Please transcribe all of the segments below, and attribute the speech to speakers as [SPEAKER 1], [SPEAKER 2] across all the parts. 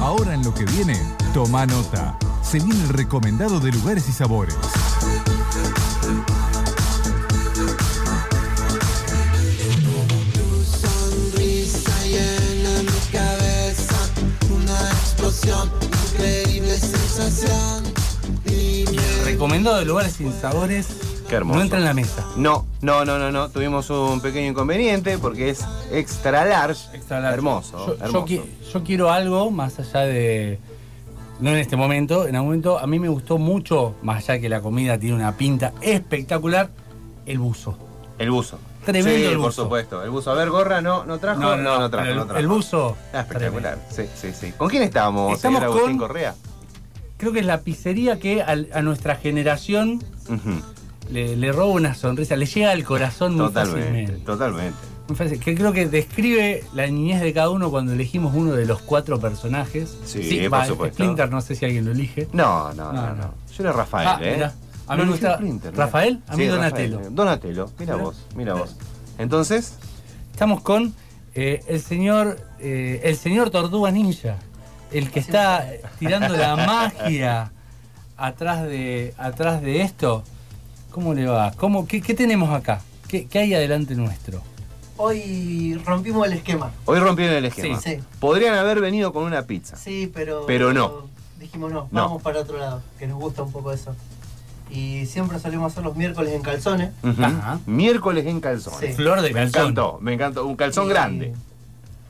[SPEAKER 1] Ahora en lo que viene, toma nota. Se viene el recomendado de lugares y sabores.
[SPEAKER 2] Recomendado de lugares sin sabores.
[SPEAKER 3] Qué hermoso.
[SPEAKER 2] No entra en la mesa.
[SPEAKER 3] No, no, no, no, no. Tuvimos un pequeño inconveniente porque es extra large.
[SPEAKER 2] Extra large.
[SPEAKER 3] Hermoso.
[SPEAKER 2] Yo, yo
[SPEAKER 3] hermoso.
[SPEAKER 2] qui- yo quiero algo más allá de. No en este momento, en algún momento a mí me gustó mucho, más allá que la comida tiene una pinta espectacular, el buzo.
[SPEAKER 3] El buzo.
[SPEAKER 2] Tremendo
[SPEAKER 3] Sí,
[SPEAKER 2] el
[SPEAKER 3] por
[SPEAKER 2] buzo.
[SPEAKER 3] supuesto. El buzo. A ver, gorra, no, no trajo. trajo,
[SPEAKER 2] pero el,
[SPEAKER 3] no trajo.
[SPEAKER 2] el buzo.
[SPEAKER 3] Ah, espectacular. Sí, sí, sí. ¿Con quién estábamos,
[SPEAKER 2] Estamos
[SPEAKER 3] señor Agustín
[SPEAKER 2] con-
[SPEAKER 3] Correa?
[SPEAKER 2] Creo que es la pizzería que al- a nuestra generación
[SPEAKER 3] Ujú.
[SPEAKER 2] le, le roba una sonrisa, le llega al corazón muy
[SPEAKER 3] Totalmente,
[SPEAKER 2] fácilmente.
[SPEAKER 3] totalmente.
[SPEAKER 2] Muy fácil, que creo que describe la niñez de cada uno cuando elegimos uno de los cuatro personajes.
[SPEAKER 3] Sí, por supuesto.
[SPEAKER 2] Splinter, no sé si alguien lo elige.
[SPEAKER 3] No, no, no,
[SPEAKER 2] No,
[SPEAKER 3] no.
[SPEAKER 2] no.
[SPEAKER 3] Yo era Rafael,
[SPEAKER 2] Ah,
[SPEAKER 3] ¿eh?
[SPEAKER 2] mirá. A mí
[SPEAKER 3] No,
[SPEAKER 2] me
[SPEAKER 3] yo
[SPEAKER 2] gusta-
[SPEAKER 3] era Splinter, mirá.
[SPEAKER 2] Rafael, a mí Donatello.
[SPEAKER 3] Rafael. Donatello, mira
[SPEAKER 2] Mirá.
[SPEAKER 3] vos, mira vos. Entonces,
[SPEAKER 2] Estamos con eh, el señor eh, el señor Tortuga Ninja, el que está tirando la magia atrás de atrás de esto. ¿Cómo le va? ¿Cómo, qué, qué tenemos acá? ¿Qué, qué hay adelante nuestro?
[SPEAKER 4] Hoy rompimos el esquema.
[SPEAKER 3] hoy rompieron el esquema.
[SPEAKER 4] Sí. Sí.
[SPEAKER 3] Podrían haber venido con una pizza.
[SPEAKER 4] Sí, pero.
[SPEAKER 3] Pero no.
[SPEAKER 4] Dijimos no,
[SPEAKER 3] No.
[SPEAKER 4] vamos para otro lado, que nos gusta un poco eso. Y siempre solemos hacer los miércoles en calzones.
[SPEAKER 3] Ujú.
[SPEAKER 2] Ajá.
[SPEAKER 3] Miércoles en calzones.
[SPEAKER 4] Sí.
[SPEAKER 2] Flor de
[SPEAKER 3] Me
[SPEAKER 2] calzón.
[SPEAKER 3] encantó, me encantó. Un calzón
[SPEAKER 4] Y-
[SPEAKER 3] grande.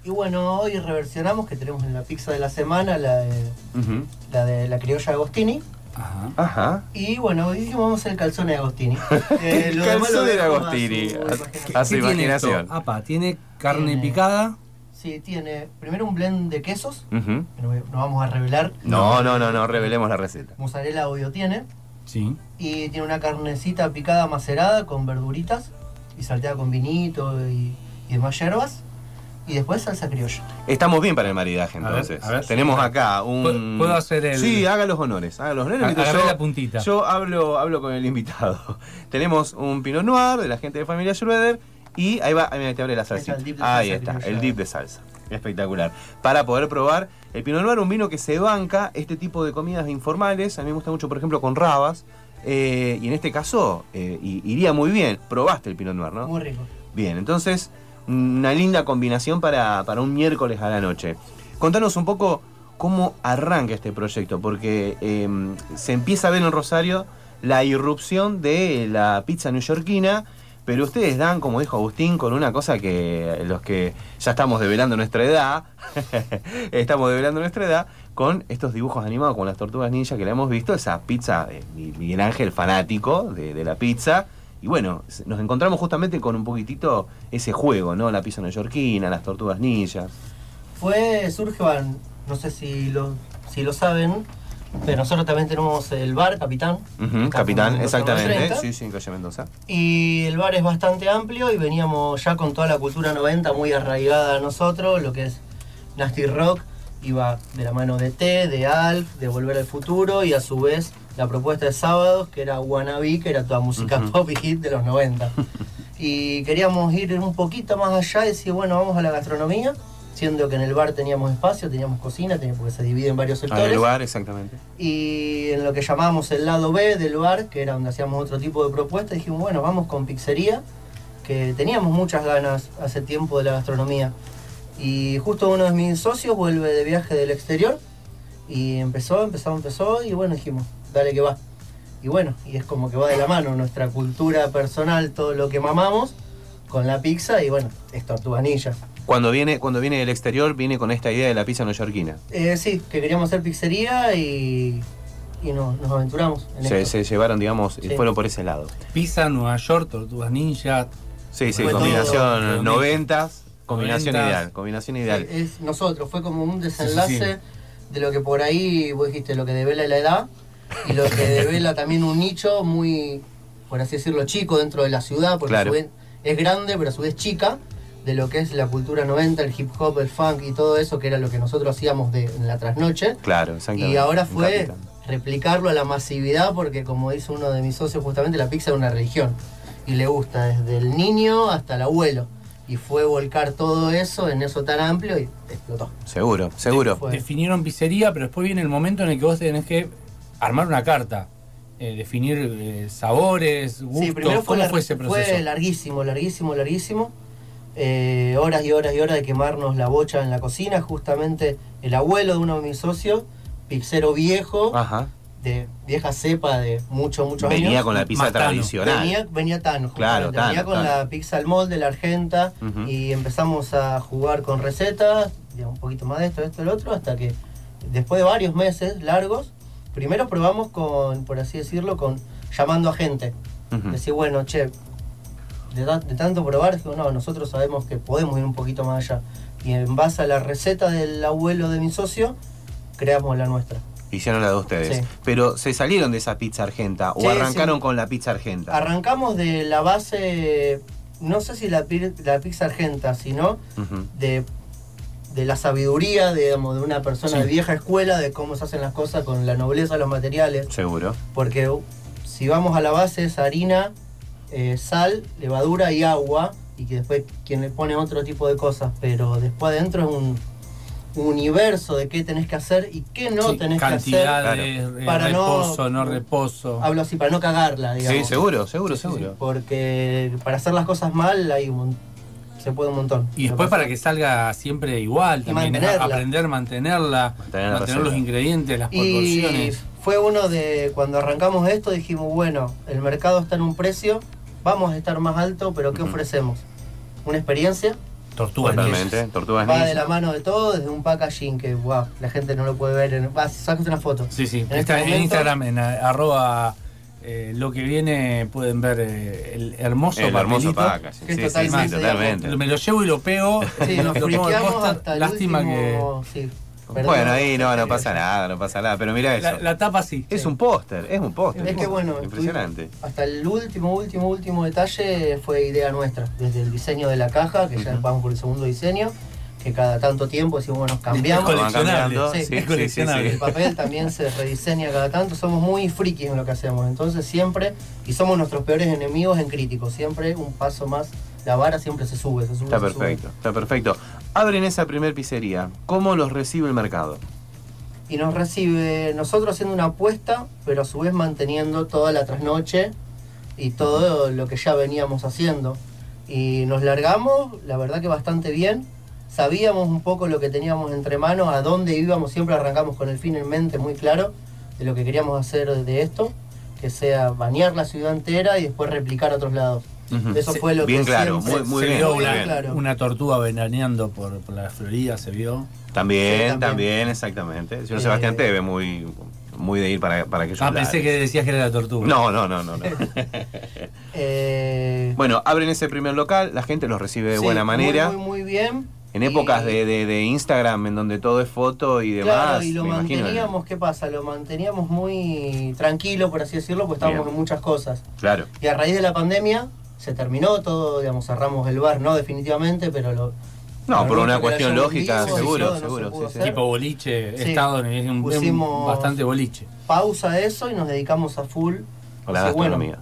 [SPEAKER 4] Y bueno, hoy reversionamos que tenemos en la pizza de la semana la de
[SPEAKER 3] Ujú.
[SPEAKER 4] la, de la criolla Agostini.
[SPEAKER 2] Ajá.
[SPEAKER 3] Ajá.
[SPEAKER 4] Y bueno, hoy dijimos vamos a hacer el calzón de Agostini. Eh, lo demás lo
[SPEAKER 3] calzón de
[SPEAKER 4] dejo a su
[SPEAKER 3] Agostini.
[SPEAKER 4] imaginación.
[SPEAKER 3] A su
[SPEAKER 2] ¿Qué tiene esto?
[SPEAKER 3] imaginación.
[SPEAKER 2] Apa, tiene carne
[SPEAKER 4] Tiene-
[SPEAKER 2] picada.
[SPEAKER 4] Sí, tiene primero un blend de quesos.
[SPEAKER 3] Ujú.
[SPEAKER 4] que No no vamos a revelar.
[SPEAKER 3] No, no, no, no, revelemos la receta.
[SPEAKER 4] Mozzarella obvio tiene.
[SPEAKER 2] Sí.
[SPEAKER 4] Y tiene una carnecita picada macerada con verduritas y salteada con vinito y, y demás hierbas. Y después salsa criolla.
[SPEAKER 3] Estamos bien para el maridaje,
[SPEAKER 2] A ver,
[SPEAKER 3] entonces.
[SPEAKER 2] a ver.
[SPEAKER 3] Tenemos acá un.
[SPEAKER 2] ¿Puedo- puedo hacer el-
[SPEAKER 3] Sí, haga los honores. Haga los honores.
[SPEAKER 2] A-
[SPEAKER 3] mientras
[SPEAKER 2] agarré la puntita.
[SPEAKER 3] Yo hablo, hablo con el invitado. Tenemos un Pinot Noir de la gente de Familia Schroeder. Y ahí va, ahí mira, te abre la
[SPEAKER 4] está,
[SPEAKER 3] salsita.
[SPEAKER 4] el dip de
[SPEAKER 3] Ahí
[SPEAKER 4] salsa
[SPEAKER 3] está,
[SPEAKER 4] criolla.
[SPEAKER 3] el dip de salsa. Espectacular. Para poder probar el Pinot Noir, un vino que se banca este tipo de comidas informales. A mí me gusta mucho, por ejemplo, con rabas. Eh, y en este caso, eh, i- iría muy bien. Probaste el Pinot Noir, ¿no?
[SPEAKER 4] Muy rico.
[SPEAKER 3] Bien, entonces, una linda combinación para, para un miércoles a la noche. Contanos un poco cómo arranca este proyecto, porque eh, se empieza a ver en Rosario la irrupción de la pizza neoyorquina, pero ustedes dan, como dijo Agustín, con una cosa que los que ya estamos develando nuestra edad, estamos develando nuestra edad, con estos dibujos animados, con las tortugas ninja que la hemos visto, esa pizza de Miguel Ángel fanático de, de la pizza. Y bueno, s- nos encontramos justamente con un poquitito ese juego, ¿no? La pizza neoyorquina, las tortugas ninjas.
[SPEAKER 4] Fue Surgeban, no sé si lo, si lo saben, pero nosotros también tenemos el bar Capitán. que está
[SPEAKER 3] capitán,
[SPEAKER 4] junto a
[SPEAKER 3] exactamente.
[SPEAKER 4] 930.
[SPEAKER 3] Sí, sí, en calle Mendoza.
[SPEAKER 4] Y el bar es bastante amplio y veníamos ya con toda la cultura 90 muy arraigada a nosotros, lo que es Nasty Rock, iba de la mano de T, de Alf, de Volver al Futuro y a su vez la propuesta de sábados que era Wannabe, que era toda música
[SPEAKER 3] Ujú.
[SPEAKER 4] pop y hit de los 90. y queríamos ir un poquito más allá y decir, bueno, vamos a la gastronomía, siendo que en el bar teníamos espacio, teníamos cocina, teníamos, porque se divide en varios sectores
[SPEAKER 3] Al lugar, exactamente.
[SPEAKER 4] y en lo que llamábamos el lado B del bar, que era donde hacíamos otro tipo de propuestas, dijimos, bueno, vamos con pizzería, que teníamos muchas ganas hace tiempo de la gastronomía. Y justo uno de mis socios vuelve de viaje del exterior y empezó, empezó, empezó y bueno, dijimos, dale que va. Y bueno, y es como que va de la mano nuestra cultura personal, todo lo que mamamos con la pizza y bueno, es tortuganilla.
[SPEAKER 3] Cuando viene, cuando viene del exterior, viene con esta idea de la pizza neoyorquina.
[SPEAKER 4] Eh, sí, que queríamos hacer pizzería y, y no- nos aventuramos. En
[SPEAKER 3] Se,
[SPEAKER 4] esto.
[SPEAKER 3] se llevaron, digamos, y
[SPEAKER 4] Sí.
[SPEAKER 3] fueron por ese lado.
[SPEAKER 2] Pizza, Nueva York, tortugas ninja.
[SPEAKER 3] Sí, sí,
[SPEAKER 4] Fue todo-
[SPEAKER 3] combinación
[SPEAKER 2] todo
[SPEAKER 3] noventas, combinación
[SPEAKER 2] Noventas.
[SPEAKER 3] ideal, combinación ideal.
[SPEAKER 4] Sí, es nosotros, fue como un
[SPEAKER 2] sí,
[SPEAKER 4] desenlace de lo que por ahí, vos dijiste, lo que devela la edad y lo que devela también un nicho muy, por así decirlo, chico dentro de la ciudad, porque
[SPEAKER 3] Claro.
[SPEAKER 4] a su vez es grande, pero a su vez chica, de lo que es la cultura 90, el hip hop, el funk y todo eso, que era lo que nosotros hacíamos de, en la trasnoche.
[SPEAKER 3] Claro, exactamente.
[SPEAKER 4] Y ahora
[SPEAKER 3] Un
[SPEAKER 4] fue
[SPEAKER 3] capitán.
[SPEAKER 4] replicarlo a la masividad, porque como dice uno de mis socios, justamente la pizza es una religión. Y le gusta desde el niño hasta el abuelo. y fue volcar todo eso en eso tan amplio y explotó.
[SPEAKER 3] Seguro, seguro.
[SPEAKER 4] Fue-
[SPEAKER 2] Definieron pizzería, pero después viene el momento en el que vos tenés que armar una carta, eh, definir eh, sabores, gustos.
[SPEAKER 4] Sí, primero fue,
[SPEAKER 2] ¿Cómo
[SPEAKER 4] lar-
[SPEAKER 2] fue ese proceso?
[SPEAKER 4] fue larguísimo, larguísimo, larguísimo. Eh, horas y horas y horas de quemarnos la bocha en la cocina. Justamente el abuelo de uno de mis socios, pixero viejo,
[SPEAKER 3] Ajá.
[SPEAKER 4] de vieja cepa de muchos, muchos
[SPEAKER 3] Ah. Venía
[SPEAKER 4] años.
[SPEAKER 3] con la pizza
[SPEAKER 2] Más Tano.
[SPEAKER 3] tradicional.
[SPEAKER 4] Venía, venía tan,
[SPEAKER 3] Claro,
[SPEAKER 4] justamente.
[SPEAKER 3] Tano,
[SPEAKER 4] venía con
[SPEAKER 3] Tano.
[SPEAKER 4] la pizza al molde, la argenta,
[SPEAKER 3] Ujú.
[SPEAKER 4] y empezamos a jugar con recetas, digamos, un poquito más de esto, de esto, del otro, hasta que después de varios meses largos, primero probamos con, por así decirlo, con llamando a gente.
[SPEAKER 3] Ujú.
[SPEAKER 4] Decir, bueno, che, de, ta- de tanto probar, digo, no, nosotros sabemos que podemos ir un poquito más allá. Y en base a la receta del abuelo de mi socio, creamos la nuestra.
[SPEAKER 3] Hicieron la de ustedes.
[SPEAKER 4] Sí.
[SPEAKER 3] Pero se salieron de esa pizza argenta o
[SPEAKER 4] Sí,
[SPEAKER 3] arrancaron
[SPEAKER 4] sí.
[SPEAKER 3] con la pizza argenta.
[SPEAKER 4] Arrancamos de la base, no sé si la, pi- la pizza argenta, sino
[SPEAKER 3] Ujú.
[SPEAKER 4] de, de la sabiduría digamos, de una persona
[SPEAKER 2] Sí.
[SPEAKER 4] de vieja escuela, de cómo se hacen las cosas con la nobleza de los materiales.
[SPEAKER 3] Seguro.
[SPEAKER 4] Porque uh, si vamos a la base es harina, eh, sal, levadura y agua, y que después quien le pone otro tipo de cosas, pero después adentro es un universo de qué tenés que hacer y qué no
[SPEAKER 2] Sí,
[SPEAKER 4] tenés que hacer.
[SPEAKER 2] cantidad de
[SPEAKER 3] Claro.
[SPEAKER 2] eh,
[SPEAKER 4] Para no-
[SPEAKER 2] reposo, no, reposo.
[SPEAKER 4] Hablo así, para no cagarla, digamos.
[SPEAKER 3] Sí, seguro, seguro,
[SPEAKER 2] Sí, sí,
[SPEAKER 3] seguro.
[SPEAKER 4] Porque para hacer las cosas mal hay un mon- se puede un montón.
[SPEAKER 2] Y después para que salga siempre igual,
[SPEAKER 4] Y
[SPEAKER 2] también ¿eh?
[SPEAKER 4] mantenerla.
[SPEAKER 2] aprender a mantenerla,
[SPEAKER 3] Mantener
[SPEAKER 2] mantener,
[SPEAKER 3] la
[SPEAKER 2] los
[SPEAKER 3] receta.
[SPEAKER 2] ingredientes, las
[SPEAKER 4] Y
[SPEAKER 2] proporciones.
[SPEAKER 4] fue uno de, cuando arrancamos esto, dijimos, bueno, el mercado está en un precio, vamos a estar más alto, pero ¿qué
[SPEAKER 3] Ujú.
[SPEAKER 4] ofrecemos? ¿Una experiencia?
[SPEAKER 2] Tortuga
[SPEAKER 3] Totalmente. Tortugas
[SPEAKER 4] Va
[SPEAKER 3] ninja.
[SPEAKER 4] de la mano de todo desde un packaging que, wow, la gente no lo puede ver. En, va, sácate una foto.
[SPEAKER 2] Sí, sí.
[SPEAKER 4] En
[SPEAKER 2] En,
[SPEAKER 4] este
[SPEAKER 2] en
[SPEAKER 4] momento-
[SPEAKER 2] Instagram, en a- arroba eh, lo que viene, pueden ver eh, el hermoso
[SPEAKER 3] El hermoso
[SPEAKER 2] papelito.
[SPEAKER 3] packaging.
[SPEAKER 4] Que es
[SPEAKER 3] Sí, sí, sí,
[SPEAKER 4] totalmente,
[SPEAKER 3] totalmente.
[SPEAKER 2] Me lo llevo y lo pego.
[SPEAKER 4] Sí,
[SPEAKER 2] lo
[SPEAKER 4] nos
[SPEAKER 2] pongo en
[SPEAKER 4] friqueamos
[SPEAKER 2] posta.
[SPEAKER 4] hasta el
[SPEAKER 2] Lástima
[SPEAKER 4] último- sí, perdón.
[SPEAKER 3] Bueno, ahí no, no pasa nada, no pasa nada. Pero mira
[SPEAKER 2] que.
[SPEAKER 3] eso.
[SPEAKER 2] La, la tapa sí.
[SPEAKER 3] Es un póster, es un póster.
[SPEAKER 4] Es que bueno,
[SPEAKER 3] Impresionante.
[SPEAKER 4] Hasta el último, último, último detalle fue idea nuestra. Desde el diseño de la caja, que ya
[SPEAKER 3] Ujú.
[SPEAKER 4] vamos por el segundo diseño, que cada tanto tiempo decimos, bueno, cambiamos.
[SPEAKER 2] Es coleccionable.
[SPEAKER 3] Van cambiando.
[SPEAKER 4] Sí,
[SPEAKER 2] es
[SPEAKER 3] Sí, sí, sí,
[SPEAKER 2] coleccionable.
[SPEAKER 4] El papel también se rediseña cada tanto. Somos muy frikis en lo que hacemos. Entonces siempre, y somos nuestros peores enemigos en críticos. Siempre un paso más. La vara siempre se sube, se sube.
[SPEAKER 3] Está
[SPEAKER 4] se sube.
[SPEAKER 3] perfecto, está perfecto. Abren esa primer pizzería. ¿Cómo los recibe el mercado?
[SPEAKER 4] Y nos recibe nosotros haciendo una apuesta, pero a su vez manteniendo toda la trasnoche y todo lo que ya veníamos haciendo. Y nos largamos, la verdad que bastante bien. Sabíamos un poco lo que teníamos entre manos, a dónde íbamos, siempre arrancamos con el fin en mente muy claro de lo que queríamos hacer de esto, que sea bañar la ciudad entera y después replicar a otros lados.
[SPEAKER 3] Ujú.
[SPEAKER 4] Eso fue lo
[SPEAKER 3] Mm. bien
[SPEAKER 4] que
[SPEAKER 3] claro,
[SPEAKER 4] siempre-
[SPEAKER 3] muy, muy
[SPEAKER 2] se
[SPEAKER 3] bien.
[SPEAKER 2] vio
[SPEAKER 4] muy
[SPEAKER 2] una,
[SPEAKER 4] bien. Claro.
[SPEAKER 2] una tortuga veraneando por, por la Florida, se vio.
[SPEAKER 4] Sí,
[SPEAKER 3] También,
[SPEAKER 4] también.
[SPEAKER 3] también, exactamente. El señor
[SPEAKER 4] Eh,
[SPEAKER 3] Sebastián Teve, muy, muy de ir para, para aquellos
[SPEAKER 2] Ah, pensé
[SPEAKER 3] lares.
[SPEAKER 2] que decías que era la tortuga.
[SPEAKER 3] No, no, no, no. no.
[SPEAKER 4] Eh,
[SPEAKER 3] bueno, abren ese primer local, la gente los recibe de
[SPEAKER 4] sí,
[SPEAKER 3] buena
[SPEAKER 4] muy,
[SPEAKER 3] manera.
[SPEAKER 4] Muy, muy bien.
[SPEAKER 3] en épocas
[SPEAKER 4] Y-
[SPEAKER 3] de, de- de Instagram, en donde todo es foto y demás.
[SPEAKER 4] Claro, y lo
[SPEAKER 3] me imagino.
[SPEAKER 4] manteníamos, ¿qué pasa? Lo manteníamos muy tranquilo, por así decirlo, porque estábamos
[SPEAKER 3] Bien.
[SPEAKER 4] en muchas cosas.
[SPEAKER 3] Claro.
[SPEAKER 4] Y a raíz de la pandemia se terminó todo, digamos, cerramos el bar, no definitivamente, pero lo...
[SPEAKER 3] No,
[SPEAKER 4] lo
[SPEAKER 3] por una
[SPEAKER 4] mucho que
[SPEAKER 3] cuestión
[SPEAKER 4] hayamos
[SPEAKER 3] lógica,
[SPEAKER 4] vivido,
[SPEAKER 3] seguro,
[SPEAKER 4] no se
[SPEAKER 3] seguro.
[SPEAKER 4] pudo
[SPEAKER 3] sí, sí.
[SPEAKER 4] hacer.
[SPEAKER 2] Tipo boliche,
[SPEAKER 4] Sí.
[SPEAKER 2] estado, es un- es un-
[SPEAKER 4] Pusimos-
[SPEAKER 2] bastante boliche.
[SPEAKER 4] Pausa eso y nos dedicamos a full.
[SPEAKER 3] A La
[SPEAKER 4] Así, bueno,
[SPEAKER 3] gastronomía.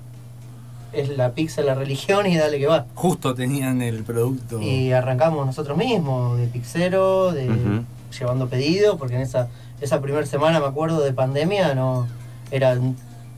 [SPEAKER 4] es la pizza, la religión y dale que va.
[SPEAKER 2] Justo tenían el producto.
[SPEAKER 4] Y arrancamos nosotros mismos, de pixero, de
[SPEAKER 3] Ujú.
[SPEAKER 4] llevando pedido, porque en esa, esa primera semana, me acuerdo, de pandemia, no era...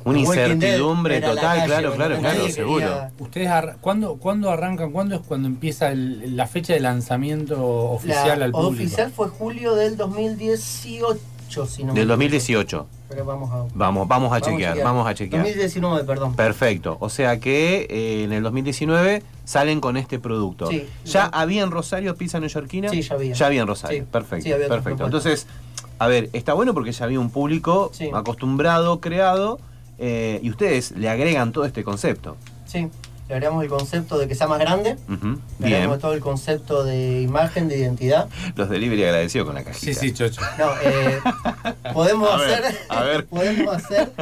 [SPEAKER 3] Una
[SPEAKER 4] Walking Dead,
[SPEAKER 3] incertidumbre
[SPEAKER 4] era la
[SPEAKER 3] total,
[SPEAKER 4] calle,
[SPEAKER 3] claro, claro,
[SPEAKER 4] nadie
[SPEAKER 3] claro,
[SPEAKER 4] quería-
[SPEAKER 3] seguro.
[SPEAKER 2] ¿Ustedes ar- ¿cuándo, cuándo arrancan? ¿Cuándo es cuando empieza el- la fecha de lanzamiento oficial
[SPEAKER 4] La
[SPEAKER 2] al público?
[SPEAKER 4] oficial fue julio del 2018, si no me
[SPEAKER 3] Del
[SPEAKER 4] equivoco.
[SPEAKER 3] 2018.
[SPEAKER 4] Pero vamos a,
[SPEAKER 3] Vamos, vamos a chequear, vamos a chequear.
[SPEAKER 4] 2019, perdón.
[SPEAKER 3] Perfecto. O sea que eh, en el 2019 salen con este producto.
[SPEAKER 4] Sí.
[SPEAKER 3] ¿Ya
[SPEAKER 4] Sí.
[SPEAKER 3] había en Rosario pizza neoyorquina?
[SPEAKER 4] Sí, ya había.
[SPEAKER 3] Ya había en Rosario.
[SPEAKER 4] Sí.
[SPEAKER 3] Perfecto.
[SPEAKER 4] Sí, había otras
[SPEAKER 3] perfecto.
[SPEAKER 4] propuestas.
[SPEAKER 3] Entonces, a ver, está bueno porque ya había un público
[SPEAKER 4] Sí.
[SPEAKER 3] acostumbrado, creado, eh, y ustedes le agregan todo este concepto.
[SPEAKER 4] Sí, le agregamos el concepto de que sea más grande.
[SPEAKER 3] Ujú,
[SPEAKER 4] Le
[SPEAKER 3] Bien.
[SPEAKER 4] agregamos todo el concepto de imagen, de identidad.
[SPEAKER 3] Los delivery agradecidos con la
[SPEAKER 2] Sí,
[SPEAKER 3] cajita.
[SPEAKER 2] sí, Chocho.
[SPEAKER 4] No, eh, podemos,
[SPEAKER 3] A ver,
[SPEAKER 4] hacer,
[SPEAKER 3] a ver.
[SPEAKER 4] podemos hacer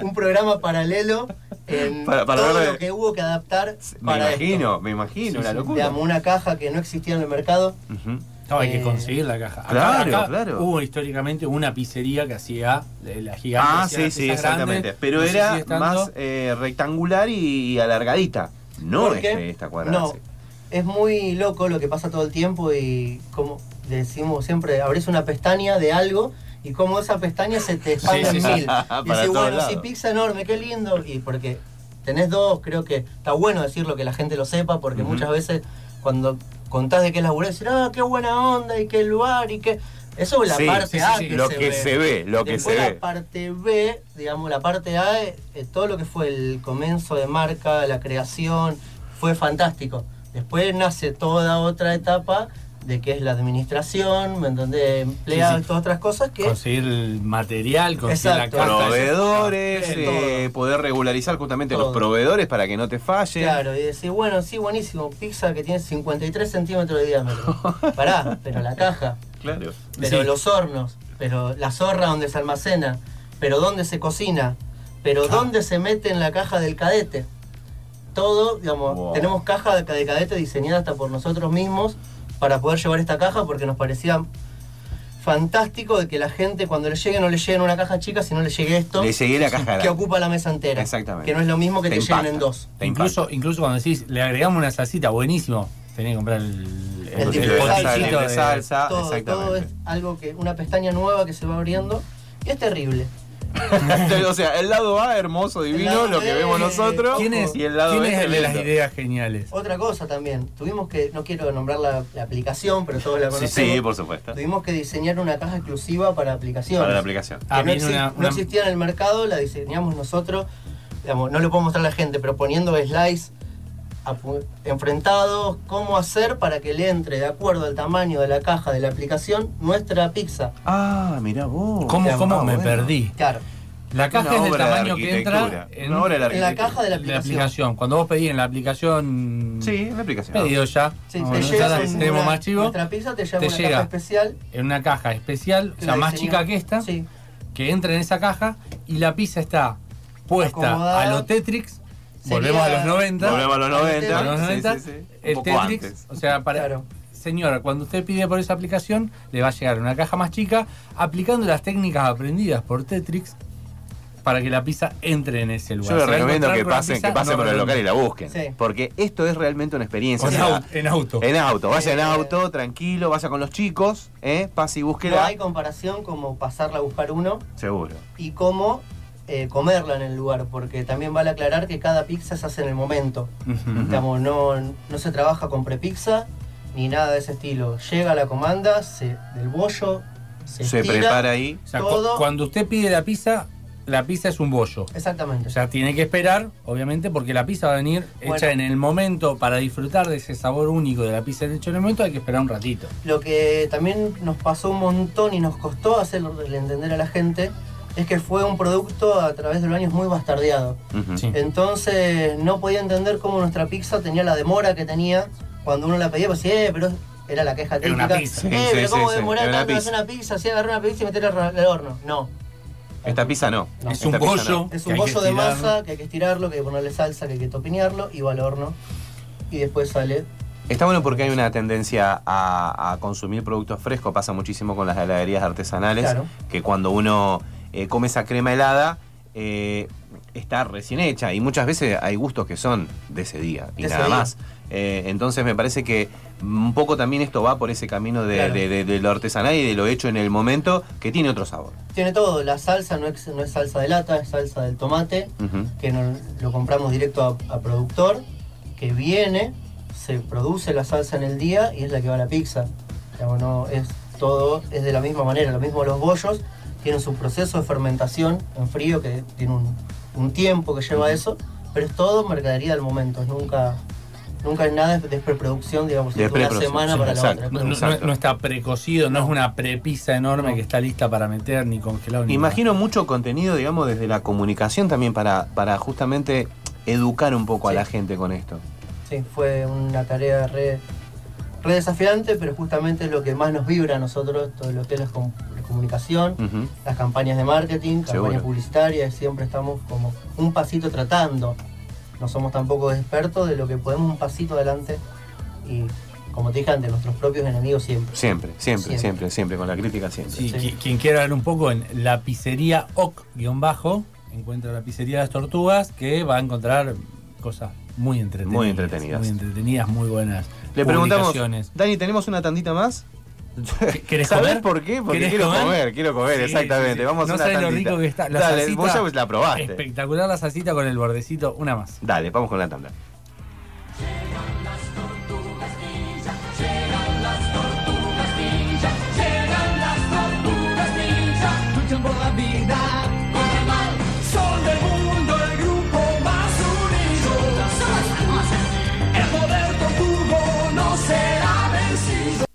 [SPEAKER 4] un programa paralelo en
[SPEAKER 3] Para- para
[SPEAKER 4] todo
[SPEAKER 3] ver-
[SPEAKER 4] lo que hubo que adaptar
[SPEAKER 3] Me
[SPEAKER 4] para
[SPEAKER 3] imagino,
[SPEAKER 4] esto.
[SPEAKER 3] me imagino,
[SPEAKER 2] Sí,
[SPEAKER 3] una
[SPEAKER 2] sí.
[SPEAKER 3] locura.
[SPEAKER 4] Digamos, una caja que no existía en el mercado.
[SPEAKER 3] Ujú.
[SPEAKER 2] No, hay
[SPEAKER 4] Eh,
[SPEAKER 2] que conseguir la caja. Acá-
[SPEAKER 3] claro,
[SPEAKER 2] acá
[SPEAKER 3] claro.
[SPEAKER 2] Hubo históricamente una pizzería que hacía eh, la gigante.
[SPEAKER 3] Ah,
[SPEAKER 2] hacía
[SPEAKER 3] sí,
[SPEAKER 2] las
[SPEAKER 3] sí,
[SPEAKER 2] pizzas
[SPEAKER 3] exactamente.
[SPEAKER 2] grandes.
[SPEAKER 3] Pero
[SPEAKER 2] No sé si
[SPEAKER 3] era
[SPEAKER 2] sigue estando.
[SPEAKER 3] más eh, rectangular y, y alargadita. No
[SPEAKER 4] ¿Por qué?
[SPEAKER 3] este, esta cuadrada.
[SPEAKER 4] No.
[SPEAKER 3] sí.
[SPEAKER 4] es muy loco lo que pasa todo el tiempo y como decimos siempre, abrís una pestaña de algo y como esa pestaña se te expande
[SPEAKER 3] Sí, sí, sí.
[SPEAKER 4] en mil.
[SPEAKER 3] Para
[SPEAKER 4] Y decís,
[SPEAKER 3] todos
[SPEAKER 4] bueno,
[SPEAKER 3] lados.
[SPEAKER 4] sí, pizza enorme, qué lindo. Y porque tenés dos, creo que está bueno decirlo, que la gente lo sepa, porque
[SPEAKER 3] Ujú.
[SPEAKER 4] muchas veces cuando contás de qué laburé, decís, ah, qué buena onda y qué lugar y qué... Eso es la
[SPEAKER 3] Sí,
[SPEAKER 4] parte
[SPEAKER 3] sí, sí,
[SPEAKER 4] A
[SPEAKER 3] sí.
[SPEAKER 4] que
[SPEAKER 3] lo
[SPEAKER 4] se
[SPEAKER 3] que
[SPEAKER 4] ve.
[SPEAKER 3] se ve, lo que se
[SPEAKER 4] Después la
[SPEAKER 3] ve.
[SPEAKER 4] parte B, digamos, la parte A, eh, todo lo que fue el comienzo de marca, la creación, fue fantástico. Después nace toda otra etapa de que es la administración, ¿me entendés? Empleados,
[SPEAKER 2] Sí, sí.
[SPEAKER 4] todas otras cosas que...
[SPEAKER 2] Conseguir el material, conseguir
[SPEAKER 4] Exacto.
[SPEAKER 2] la Ah, carta.
[SPEAKER 3] Proveedores,
[SPEAKER 4] Sí,
[SPEAKER 3] eh, poder regularizar justamente los
[SPEAKER 4] Todo.
[SPEAKER 3] proveedores para que no te falle.
[SPEAKER 4] Claro, y decir, bueno, sí, buenísimo, pizza que tiene 53 centímetros de diámetro. Pará, pero la caja,
[SPEAKER 3] Claro.
[SPEAKER 4] pero
[SPEAKER 2] Sí.
[SPEAKER 4] los hornos, pero la zorra donde se almacena, pero dónde se cocina, pero dónde se mete en la caja del cadete. Todo, digamos,
[SPEAKER 3] Wow.
[SPEAKER 4] tenemos caja de, de cadete diseñada hasta por nosotros mismos para poder llevar esta caja porque nos parecía fantástico de que la gente cuando le llegue no le llegue en una caja chica, sino le llegue esto
[SPEAKER 3] Le llegué la caja
[SPEAKER 4] que
[SPEAKER 3] grande.
[SPEAKER 4] ocupa la mesa entera.
[SPEAKER 3] Exactamente.
[SPEAKER 4] Que no es lo mismo que te,
[SPEAKER 3] impacta,
[SPEAKER 4] lleguen en dos.
[SPEAKER 3] te impacta.
[SPEAKER 2] Incluso, incluso cuando decís, le agregamos una salsita, buenísimo. Tenés que comprar el,
[SPEAKER 4] El tipo
[SPEAKER 3] Entonces,
[SPEAKER 4] de
[SPEAKER 3] la
[SPEAKER 4] salsa,
[SPEAKER 3] sal,
[SPEAKER 4] el
[SPEAKER 2] potecito
[SPEAKER 3] libre
[SPEAKER 2] de-
[SPEAKER 3] salsa,
[SPEAKER 4] todo, todo es
[SPEAKER 3] exactamente.
[SPEAKER 4] algo que una pestaña nueva que se va abriendo y es terrible.
[SPEAKER 3] Entonces, o sea, el lado A hermoso, divino,
[SPEAKER 4] lado
[SPEAKER 3] lo que
[SPEAKER 4] B,
[SPEAKER 3] vemos nosotros.
[SPEAKER 2] ¿Quién es,
[SPEAKER 3] Y el lado
[SPEAKER 2] quién
[SPEAKER 3] B
[SPEAKER 2] es el de las
[SPEAKER 3] lindo.
[SPEAKER 2] ideas geniales?
[SPEAKER 4] Otra cosa también, tuvimos que, no quiero nombrar la, la aplicación, pero todos la
[SPEAKER 3] Sí,
[SPEAKER 4] conocemos.
[SPEAKER 3] sí, por supuesto.
[SPEAKER 4] Tuvimos que diseñar una caja exclusiva para aplicaciones.
[SPEAKER 3] Para la aplicación.
[SPEAKER 2] Ah,
[SPEAKER 4] que no,
[SPEAKER 2] viene
[SPEAKER 4] exi-
[SPEAKER 2] una-
[SPEAKER 4] no
[SPEAKER 2] una-
[SPEAKER 4] existía en el mercado, la diseñamos nosotros. Digamos, no lo puedo mostrar a la gente, pero poniendo slides apu- enfrentados, cómo hacer para que le entre de acuerdo al tamaño de la caja de la aplicación nuestra pizza.
[SPEAKER 3] Ah, mirá vos.
[SPEAKER 2] ¿Cómo,
[SPEAKER 3] Mirá,
[SPEAKER 2] cómo
[SPEAKER 3] ah,
[SPEAKER 2] me
[SPEAKER 3] bueno.
[SPEAKER 2] perdí?
[SPEAKER 4] Claro.
[SPEAKER 2] La caja
[SPEAKER 3] Una
[SPEAKER 2] es del
[SPEAKER 3] obra de
[SPEAKER 2] tamaño que entra
[SPEAKER 3] arquitectura. Una obra de la
[SPEAKER 4] En la
[SPEAKER 3] arquitectura.
[SPEAKER 4] caja de la
[SPEAKER 2] la
[SPEAKER 4] aplicación.
[SPEAKER 2] aplicación. Cuando vos pedís en la aplicación
[SPEAKER 3] Sí, en la aplicación.
[SPEAKER 2] pedido ya,
[SPEAKER 4] Sí,
[SPEAKER 2] Bueno,
[SPEAKER 4] te
[SPEAKER 2] ya
[SPEAKER 4] llega
[SPEAKER 2] la
[SPEAKER 4] en
[SPEAKER 2] tenemos
[SPEAKER 4] una-
[SPEAKER 2] más chivo,
[SPEAKER 4] Nuestra pizza te lleva
[SPEAKER 2] Te
[SPEAKER 4] una
[SPEAKER 2] llega.
[SPEAKER 4] caja especial.
[SPEAKER 2] en una caja especial, o
[SPEAKER 4] que
[SPEAKER 2] sea,
[SPEAKER 4] la
[SPEAKER 2] más
[SPEAKER 4] diseñó-
[SPEAKER 2] chica que esta,
[SPEAKER 4] Sí,
[SPEAKER 2] que entra en esa caja y la pizza está puesta
[SPEAKER 4] Acomodada.
[SPEAKER 2] a lo Tetrix.
[SPEAKER 4] Sería-
[SPEAKER 2] Volvemos a los 90.
[SPEAKER 3] Volvemos a los
[SPEAKER 2] a los
[SPEAKER 3] 90.
[SPEAKER 2] 90,
[SPEAKER 3] Sí, sí, sí. Un
[SPEAKER 2] El
[SPEAKER 3] poco
[SPEAKER 2] Tetrix,
[SPEAKER 3] antes.
[SPEAKER 2] o sea, para
[SPEAKER 4] claro.
[SPEAKER 2] Señora, cuando usted pide por esa aplicación, le va a llegar una caja más chica, aplicando las técnicas aprendidas por Tetrix para que la pizza entre en ese lugar.
[SPEAKER 3] Yo les
[SPEAKER 2] Se va a
[SPEAKER 3] recomiendo
[SPEAKER 2] encontrar
[SPEAKER 3] que
[SPEAKER 2] con una
[SPEAKER 3] pasen,
[SPEAKER 2] pizza
[SPEAKER 3] que pasen por el
[SPEAKER 2] enorme.
[SPEAKER 3] local y la busquen.
[SPEAKER 4] Sí.
[SPEAKER 3] Porque esto es realmente una experiencia.
[SPEAKER 2] Con
[SPEAKER 3] O sea,
[SPEAKER 2] au- en auto.
[SPEAKER 3] En auto, vaya en
[SPEAKER 4] Eh,
[SPEAKER 3] auto, tranquilo, vaya con los chicos, ¿eh? pase y
[SPEAKER 4] No
[SPEAKER 3] búsquela.
[SPEAKER 4] hay comparación como pasarla a buscar uno
[SPEAKER 3] Seguro.
[SPEAKER 4] y como eh, comerla en el lugar, porque también vale aclarar que cada pizza se hace en el momento.
[SPEAKER 2] Ujú.
[SPEAKER 4] Digamos, no, no se trabaja con prepizza ni nada de ese estilo. Llega la comanda se, del bollo, se,
[SPEAKER 3] Se
[SPEAKER 4] estira.
[SPEAKER 3] prepara ahí.
[SPEAKER 2] O sea, cu-
[SPEAKER 4] Todo-
[SPEAKER 2] cuando usted pide la pizza, la pizza es un bollo.
[SPEAKER 4] Exactamente.
[SPEAKER 2] O sea, tiene que esperar, obviamente, porque la pizza va a venir
[SPEAKER 4] Bueno.
[SPEAKER 2] hecha en el momento. Para disfrutar de ese sabor único de la pizza hecha en el momento, hay que esperar un ratito.
[SPEAKER 4] Lo que también nos pasó un montón y nos costó hacerlo entender a la gente es que fue un producto a través de los años muy bastardeado.
[SPEAKER 3] Ujú.
[SPEAKER 2] Sí.
[SPEAKER 4] Entonces no podía entender cómo nuestra pizza tenía la demora que tenía cuando uno la pedía, pues sí, eh, pero era la queja
[SPEAKER 2] Era
[SPEAKER 4] típica.
[SPEAKER 2] una pizza.
[SPEAKER 4] Eh,
[SPEAKER 3] Sí,
[SPEAKER 4] pero
[SPEAKER 3] sí,
[SPEAKER 4] cómo
[SPEAKER 3] sí, sí,
[SPEAKER 4] demorar
[SPEAKER 3] era una
[SPEAKER 4] tanto en
[SPEAKER 3] pizza.
[SPEAKER 4] hacer una pizza, sí, agarrar una pizza y meterla al horno. No.
[SPEAKER 3] Esta pizza no.
[SPEAKER 4] No.
[SPEAKER 2] es
[SPEAKER 3] Esta
[SPEAKER 2] un
[SPEAKER 3] pizza
[SPEAKER 2] bollo.
[SPEAKER 3] no.
[SPEAKER 4] Es
[SPEAKER 2] que hay
[SPEAKER 4] un
[SPEAKER 2] que
[SPEAKER 4] bollo de
[SPEAKER 2] estirar.
[SPEAKER 4] masa que hay que estirarlo, que hay que ponerle salsa, que hay que topinearlo y va al horno. Y después sale.
[SPEAKER 3] Está bueno porque hay una tendencia a, a consumir productos frescos, pasa muchísimo con las heladerías artesanales,
[SPEAKER 4] Claro.
[SPEAKER 3] que cuando uno eh, come esa crema helada, eh, está recién hecha y muchas veces hay gustos que son de ese día y
[SPEAKER 4] De ese
[SPEAKER 3] nada
[SPEAKER 4] día.
[SPEAKER 3] más. Eh, entonces me parece que un poco también esto va por ese camino de,
[SPEAKER 4] Claro.
[SPEAKER 3] de- de- de lo artesanal y de lo hecho en el momento, que tiene otro sabor.
[SPEAKER 4] Tiene todo, la salsa no es, no es salsa de lata, es salsa del tomate,
[SPEAKER 3] Ujú.
[SPEAKER 4] que no- lo compramos directo a, a productor, que viene, se produce la salsa en el día y es la que va a la pizza. Digamos, no, es todo, es de la misma manera, lo mismo los bollos, tienen su proceso de fermentación en frío, que tiene un, un tiempo que lleva eso, pero es todo mercadería del momento, es nunca, nunca es nada de preproducción, digamos,
[SPEAKER 3] De
[SPEAKER 4] es de una
[SPEAKER 3] preproducción,
[SPEAKER 4] semana
[SPEAKER 3] sí,
[SPEAKER 4] para
[SPEAKER 3] exacto.
[SPEAKER 4] la otra.
[SPEAKER 2] No, no-
[SPEAKER 3] Exacto.
[SPEAKER 2] no está precocido, no es una prepizza enorme
[SPEAKER 4] No.
[SPEAKER 2] que está lista para meter ni congelado ni
[SPEAKER 3] Imagino mucho contenido, digamos, desde la comunicación también para, para justamente educar un poco
[SPEAKER 4] Sí.
[SPEAKER 3] a la gente con esto.
[SPEAKER 4] Sí, fue una tarea re, re desafiante, pero justamente es lo que más nos vibra a nosotros, todo lo que es la, com- la comunicación,
[SPEAKER 3] Ujú.
[SPEAKER 4] las campañas de marketing, campañas
[SPEAKER 3] Seguro.
[SPEAKER 4] publicitarias, siempre estamos como un pasito tratando. No somos tampoco expertos de lo que podemos un pasito adelante y, como te dije antes, nuestros propios enemigos siempre.
[SPEAKER 3] Siempre, siempre,
[SPEAKER 4] Siempre.
[SPEAKER 3] siempre, siempre, con la crítica siempre.
[SPEAKER 2] Sí,
[SPEAKER 4] Sí.
[SPEAKER 2] qui- Quien quiera ver un poco en la pizzería OC-bajo, encuentra la pizzería de las tortugas que va a encontrar cosas muy entretenidas.
[SPEAKER 3] Muy entretenidas.
[SPEAKER 2] Muy entretenidas, muy buenas.
[SPEAKER 3] Le preguntamos,
[SPEAKER 2] publicaciones.
[SPEAKER 3] Dani, ¿tenemos una tandita más?
[SPEAKER 2] ¿Querés
[SPEAKER 3] ¿Sabés
[SPEAKER 2] comer?
[SPEAKER 3] por qué? Porque
[SPEAKER 2] ¿Querés
[SPEAKER 3] quiero comer?
[SPEAKER 2] comer?
[SPEAKER 3] quiero comer,
[SPEAKER 2] Sí,
[SPEAKER 3] exactamente.
[SPEAKER 2] sí, sí.
[SPEAKER 3] Vamos a
[SPEAKER 2] no
[SPEAKER 3] una
[SPEAKER 2] sabes lo
[SPEAKER 3] tandita.
[SPEAKER 2] rico que está. La
[SPEAKER 3] Dale,
[SPEAKER 2] salsita,
[SPEAKER 3] vos ya la probaste.
[SPEAKER 2] Espectacular la salsita con el bordecito, una más.
[SPEAKER 3] Dale, vamos con la tanda.
[SPEAKER 5] Llegan las tortugas ninja, luchan por la vida con el mal. Son del mundo el grupo más unido. El poder tortugo no será vencido.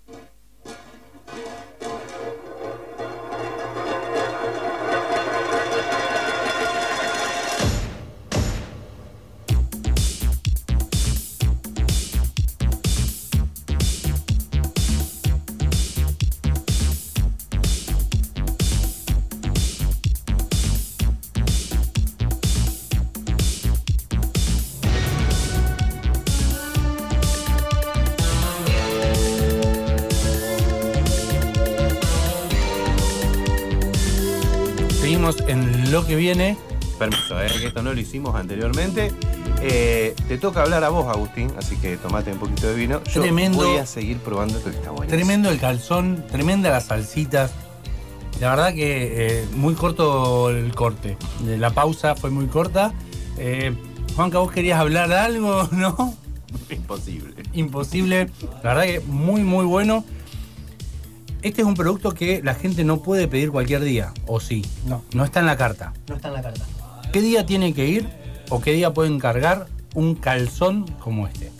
[SPEAKER 2] Seguimos en lo que viene.
[SPEAKER 3] Permiso, eh, que esto no lo hicimos anteriormente. Eh, te toca hablar a vos, Agustín, así que tomate un poquito de vino. Yo
[SPEAKER 2] Tremendo.
[SPEAKER 3] voy a seguir probando esto que está bueno.
[SPEAKER 2] Tremendo el calzón, tremenda las salsitas. La verdad que eh, muy corto el corte. Eh, La pausa fue muy corta. Eh, Juanca, vos querías hablar de algo, ¿no?
[SPEAKER 3] Imposible.
[SPEAKER 2] Imposible. La verdad que muy, muy bueno. Este es un producto que la gente no puede pedir cualquier día, o sí.
[SPEAKER 4] No.
[SPEAKER 2] No está en la carta.
[SPEAKER 4] No está en la carta.
[SPEAKER 2] ¿Qué día tiene que ir o qué día pueden cargar un calzón como este?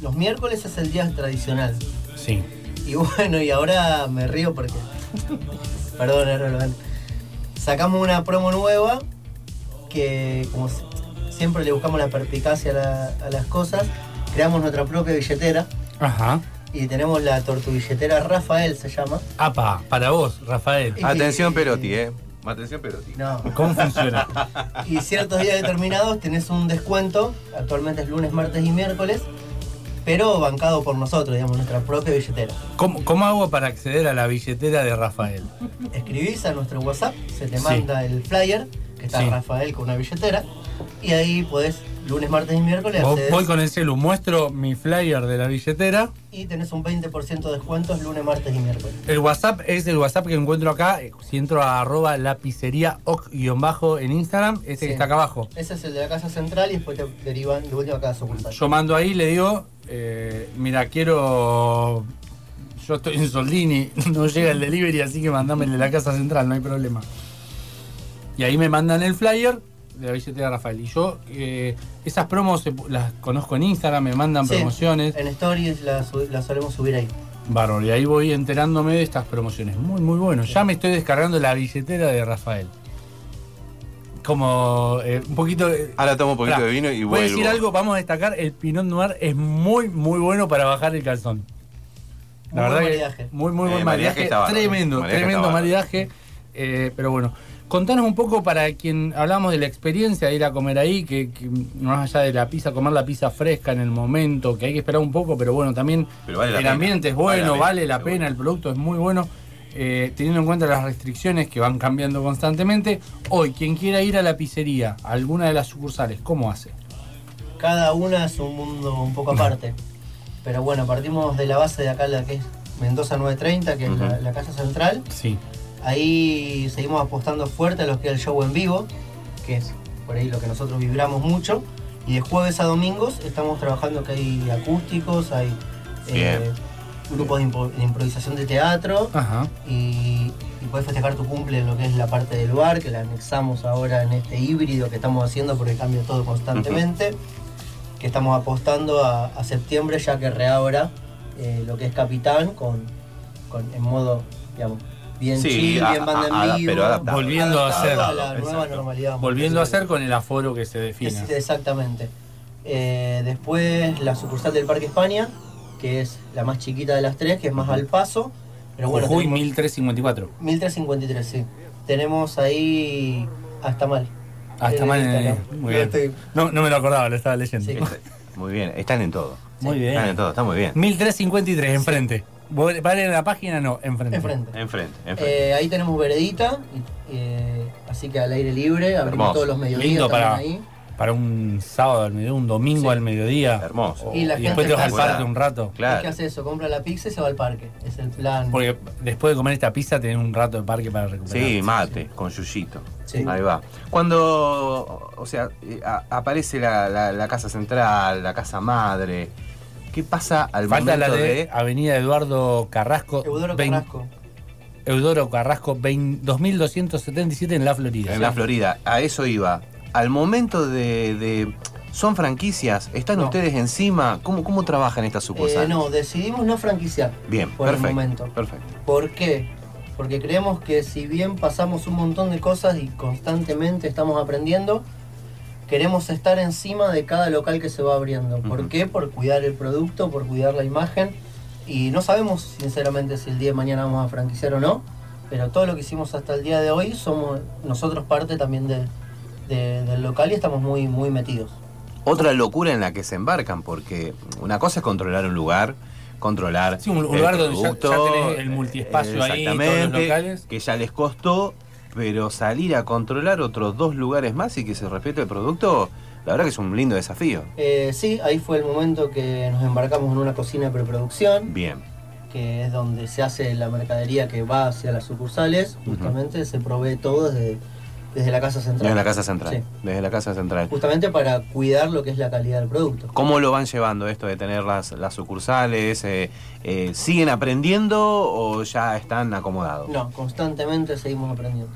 [SPEAKER 4] Los miércoles es el día tradicional.
[SPEAKER 2] Sí.
[SPEAKER 4] Y bueno, y ahora me río porque. Perdón, era relevante. Sacamos una promo nueva que, como si- siempre, le buscamos la perpicacia a, la- a las cosas. Creamos nuestra propia billetera
[SPEAKER 2] Ajá.
[SPEAKER 4] y tenemos la tortubilletera Rafael, se llama.
[SPEAKER 2] Apa, para vos, Rafael.
[SPEAKER 3] Atención, Perotti, eh. Atención, Perotti.
[SPEAKER 4] No.
[SPEAKER 2] ¿Cómo funciona?
[SPEAKER 4] Y ciertos días determinados tenés un descuento. Actualmente es lunes, martes y miércoles. Pero bancado por nosotros, digamos, nuestra propia billetera.
[SPEAKER 2] ¿Cómo, cómo hago para acceder a la billetera de Rafael?
[SPEAKER 4] escribís a nuestro WhatsApp, se te
[SPEAKER 2] Sí.
[SPEAKER 4] manda el flyer, que está
[SPEAKER 2] Sí.
[SPEAKER 4] Rafael con una billetera, y ahí podés lunes, martes y miércoles
[SPEAKER 2] Vos-
[SPEAKER 4] accedes,
[SPEAKER 2] Voy con el celu, muestro mi flyer de la billetera.
[SPEAKER 4] y tenés un 20% de descuentos lunes, martes y miércoles.
[SPEAKER 2] El WhatsApp es el WhatsApp que encuentro acá. eh, Si entro a arroba lapicería oc-bajo en Instagram, ese
[SPEAKER 4] Sí.
[SPEAKER 2] que está acá abajo.
[SPEAKER 4] Ese es el de la casa central y después te derivan de última a cada sucursal.
[SPEAKER 2] Yo mando ahí, le digo, eh, mira, quiero... Yo estoy en Soldini, no llega el delivery, así que mandame el de la casa central, no hay problema. Y ahí me mandan el flyer de la billetera Rafael. Y yo eh, esas promos se pu- las conozco en Instagram, me mandan
[SPEAKER 4] Sí,
[SPEAKER 2] promociones.
[SPEAKER 4] En stories la, su- la solemos subir ahí.
[SPEAKER 2] Bárbaro, y ahí voy enterándome de estas promociones. Muy, muy bueno. Ya me estoy descargando la billetera de Rafael. Como eh, un poquito... eh,
[SPEAKER 3] Ahora tomo Ah, un poquito
[SPEAKER 2] Pará,
[SPEAKER 3] de vino y
[SPEAKER 2] Voy a
[SPEAKER 3] vuelvo.
[SPEAKER 2] decir algo, vamos a destacar, el Pinot Noir es muy, muy bueno para bajar el calzón. La
[SPEAKER 4] Muy
[SPEAKER 2] verdad
[SPEAKER 4] buen
[SPEAKER 2] que
[SPEAKER 4] maridaje.
[SPEAKER 2] muy, muy
[SPEAKER 3] Eh,
[SPEAKER 2] buen
[SPEAKER 3] maridaje
[SPEAKER 2] maridaje.
[SPEAKER 3] está bárbaro.
[SPEAKER 2] tremendo,
[SPEAKER 3] Maridaje está
[SPEAKER 2] tremendo
[SPEAKER 3] bárbaro.
[SPEAKER 2] maridaje. Eh, pero bueno, contanos un poco para quien hablamos de la experiencia de ir a comer ahí, que, que más allá de la pizza, comer la pizza fresca en el momento, que hay que esperar un poco, pero bueno, también
[SPEAKER 3] Pero vale la
[SPEAKER 2] el
[SPEAKER 3] pena.
[SPEAKER 2] ambiente es
[SPEAKER 3] Vale la
[SPEAKER 2] bueno,
[SPEAKER 3] pena,
[SPEAKER 2] vale la pena,
[SPEAKER 3] seguro.
[SPEAKER 2] el producto es muy bueno. Eh, teniendo en cuenta las restricciones que van cambiando constantemente, hoy quien quiera ir a la pizzería, a alguna de las sucursales, ¿cómo hace?
[SPEAKER 4] Cada una es un mundo un poco aparte. Pero bueno, partimos de la base de acá, la que es Mendoza 930, que es la-
[SPEAKER 3] Ujú.
[SPEAKER 4] la casa central.
[SPEAKER 2] Sí.
[SPEAKER 4] Ahí seguimos apostando fuerte a lo que es el show en vivo, que es por ahí lo que nosotros vibramos mucho. Y de jueves a domingos estamos trabajando que hay acústicos, hay eh,
[SPEAKER 3] Bien.
[SPEAKER 4] grupos de, impo- de improvisación de teatro
[SPEAKER 2] Ajá.
[SPEAKER 4] y, y puedes festejar tu cumple en lo que es la parte del bar, que la anexamos ahora en este híbrido que estamos haciendo porque cambia todo constantemente, que estamos apostando a, a septiembre ya que reabra eh, lo que es Capitán con, con- en modo, digamos, bien
[SPEAKER 3] Sí,
[SPEAKER 4] chill,
[SPEAKER 3] a-
[SPEAKER 4] bien banda en
[SPEAKER 3] a- adap-
[SPEAKER 4] vivo.
[SPEAKER 3] pero adaptado.
[SPEAKER 2] Volviendo a
[SPEAKER 4] adaptado
[SPEAKER 2] ser.
[SPEAKER 4] la nueva
[SPEAKER 3] Exacto.
[SPEAKER 4] normalidad.
[SPEAKER 2] Volviendo a hacer con el aforo que se
[SPEAKER 4] Es-
[SPEAKER 2] define.
[SPEAKER 4] exactamente. Eh, después la sucursal del Parque España, que es la más chiquita de las tres, que es más al paso. Pero bueno,
[SPEAKER 2] Jujuy
[SPEAKER 4] tenemos-
[SPEAKER 2] 1354.
[SPEAKER 4] 1353, sí. Tenemos ahí hasta mal.
[SPEAKER 2] Ah, está mal.
[SPEAKER 4] Está,
[SPEAKER 2] eh,
[SPEAKER 4] ¿no?
[SPEAKER 2] Muy
[SPEAKER 4] Yo
[SPEAKER 2] bien.
[SPEAKER 4] estoy-
[SPEAKER 2] No, no me lo acordaba, lo estaba leyendo.
[SPEAKER 4] Sí.
[SPEAKER 3] Muy bien, están en todo.
[SPEAKER 2] Muy
[SPEAKER 3] Están en
[SPEAKER 2] bien.
[SPEAKER 3] todo, está muy bien.
[SPEAKER 2] 1353, enfrente. Vos- Vale la página, no, enfrente.
[SPEAKER 4] Enfrente.
[SPEAKER 3] Enfrente, enfrente.
[SPEAKER 4] Eh, ahí tenemos veredita, y- eh, así que al aire libre, abrimos
[SPEAKER 3] Hermoso.
[SPEAKER 4] todos los mediodías.
[SPEAKER 2] Lindo
[SPEAKER 4] también
[SPEAKER 2] para-
[SPEAKER 4] ahí.
[SPEAKER 2] para un sábado al mediodía, un domingo
[SPEAKER 3] Sí.
[SPEAKER 2] al mediodía.
[SPEAKER 3] Hermoso.
[SPEAKER 2] O-
[SPEAKER 4] Y
[SPEAKER 2] y
[SPEAKER 4] la gente
[SPEAKER 2] después te vas al
[SPEAKER 4] está-
[SPEAKER 2] parque un rato.
[SPEAKER 4] ¿Qué
[SPEAKER 3] Claro.
[SPEAKER 4] hace eso? Compra la pizza y se va al parque. Es el plan.
[SPEAKER 2] Porque después de comer esta pizza tenés un rato de parque para recuperar.
[SPEAKER 3] Sí, mate, con yuyito.
[SPEAKER 4] Sí.
[SPEAKER 3] Ahí va. Cuando, o sea, eh, a- aparece la, la- la casa central, la casa madre, ¿qué pasa al
[SPEAKER 2] Falta la
[SPEAKER 3] momento
[SPEAKER 2] de,
[SPEAKER 3] de...
[SPEAKER 2] Avenida Eduardo Carrasco.
[SPEAKER 4] Eudoro
[SPEAKER 2] vein-
[SPEAKER 4] Carrasco.
[SPEAKER 2] Eudoro Carrasco, vein- 2277 en la Florida.
[SPEAKER 3] En la Florida, a eso iba. Al momento de... de- ¿Son franquicias? ¿Están
[SPEAKER 4] No.
[SPEAKER 3] ustedes encima? ¿Cómo, cómo trabajan estas
[SPEAKER 4] Eh,
[SPEAKER 3] sucursales?
[SPEAKER 4] no, decidimos no franquiciar.
[SPEAKER 3] Bien,
[SPEAKER 4] Por el
[SPEAKER 3] perfecto.
[SPEAKER 4] momento.
[SPEAKER 3] Perfecto.
[SPEAKER 4] ¿Por qué? Porque creemos que si bien pasamos un montón de cosas y constantemente estamos aprendiendo, queremos estar encima de cada local que se va abriendo. ¿Por
[SPEAKER 3] Ujú.
[SPEAKER 4] qué? Por cuidar el producto, por cuidar la imagen. Y no sabemos sinceramente si el día de mañana vamos a franquiciar o no, pero todo lo que hicimos hasta el día de hoy somos nosotros parte también de- de- del local y estamos muy, muy metidos.
[SPEAKER 3] Otra locura en la que se embarcan, porque una cosa es controlar un lugar, controlar
[SPEAKER 2] Sí, un
[SPEAKER 3] el
[SPEAKER 2] lugar donde ya- ya
[SPEAKER 3] producto,
[SPEAKER 2] tenés el multiespacio ahí, todos los
[SPEAKER 3] exactamente,
[SPEAKER 2] locales.
[SPEAKER 3] que ya les costó, pero salir a controlar otros dos lugares más y que se respete el producto, la verdad que es un lindo desafío.
[SPEAKER 4] Eh, sí, ahí fue el momento que nos embarcamos en una cocina de preproducción.
[SPEAKER 3] Bien,
[SPEAKER 4] que es donde se hace la mercadería que va hacia las sucursales, justamente se provee todo desde, desde la casa central.
[SPEAKER 3] desde la casa central,
[SPEAKER 4] Sí.
[SPEAKER 3] desde la casa central.
[SPEAKER 4] Justamente para cuidar lo que es la calidad del producto.
[SPEAKER 3] ¿Cómo lo van llevando esto de tener las, las sucursales? Eh, eh, ¿Siguen aprendiendo o ya están acomodados?
[SPEAKER 4] No, constantemente seguimos aprendiendo.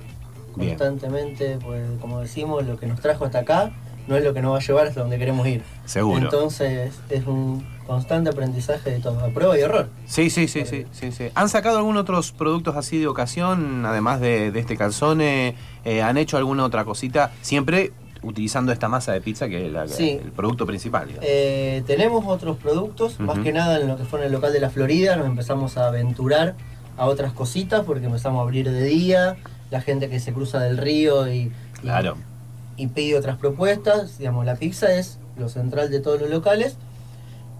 [SPEAKER 3] Bien.
[SPEAKER 4] Constantemente, pues como decimos, lo que nos trajo hasta acá no es lo que nos va a llevar hasta donde queremos ir.
[SPEAKER 3] Seguro.
[SPEAKER 4] Entonces es un constante aprendizaje de todo, a prueba y error.
[SPEAKER 3] Sí, sí, sí, sí, sí, sí. ¿Han sacado algún otros productos así de ocasión, además de, de este calzone? Eh, ¿Han hecho alguna otra cosita? Siempre utilizando esta masa de pizza que es la-
[SPEAKER 4] Sí.
[SPEAKER 3] el producto principal. digamos.
[SPEAKER 4] Eh, tenemos otros productos, más
[SPEAKER 3] Ujú.
[SPEAKER 4] que nada en lo que fue en el local de la Florida, nos empezamos a aventurar a otras cositas porque empezamos a abrir de día, la gente que se cruza del río y, y-
[SPEAKER 3] claro.
[SPEAKER 4] y pide otras propuestas, digamos, la pizza es lo central de todos los locales,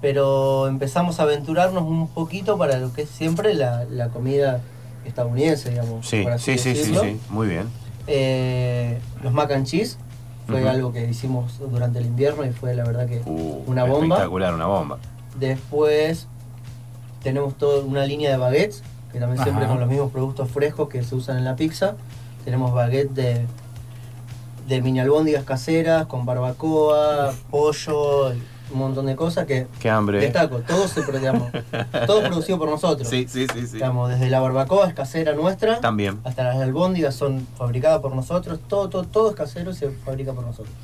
[SPEAKER 4] pero empezamos a aventurarnos un poquito para lo que es siempre la, la comida estadounidense, digamos.
[SPEAKER 3] Sí,
[SPEAKER 4] por así
[SPEAKER 3] sí, sí, sí,
[SPEAKER 4] decirlo.
[SPEAKER 3] sí. Muy bien.
[SPEAKER 4] Eh, los mac and cheese fue
[SPEAKER 3] Ujú.
[SPEAKER 4] algo que hicimos durante el invierno y fue la verdad que...
[SPEAKER 3] Uh,
[SPEAKER 4] Una bomba.
[SPEAKER 3] Espectacular, una bomba.
[SPEAKER 4] Después tenemos toda una línea de baguettes, que también siempre
[SPEAKER 2] Ajá.
[SPEAKER 4] con los mismos productos frescos que se usan en la pizza. Tenemos baguettes de, de mini albóndigas caseras, con barbacoa, pollo, y un montón de cosas que
[SPEAKER 3] Qué hambre.
[SPEAKER 4] destaco. Todo, se, pro- digamos, todo producido por nosotros.
[SPEAKER 3] Sí, sí, sí, sí.
[SPEAKER 4] Digamos, desde la barbacoa es casera nuestra,
[SPEAKER 3] También.
[SPEAKER 4] hasta las albóndigas son fabricadas por nosotros. Todo, todo, todo es casero y se fabrica por nosotros.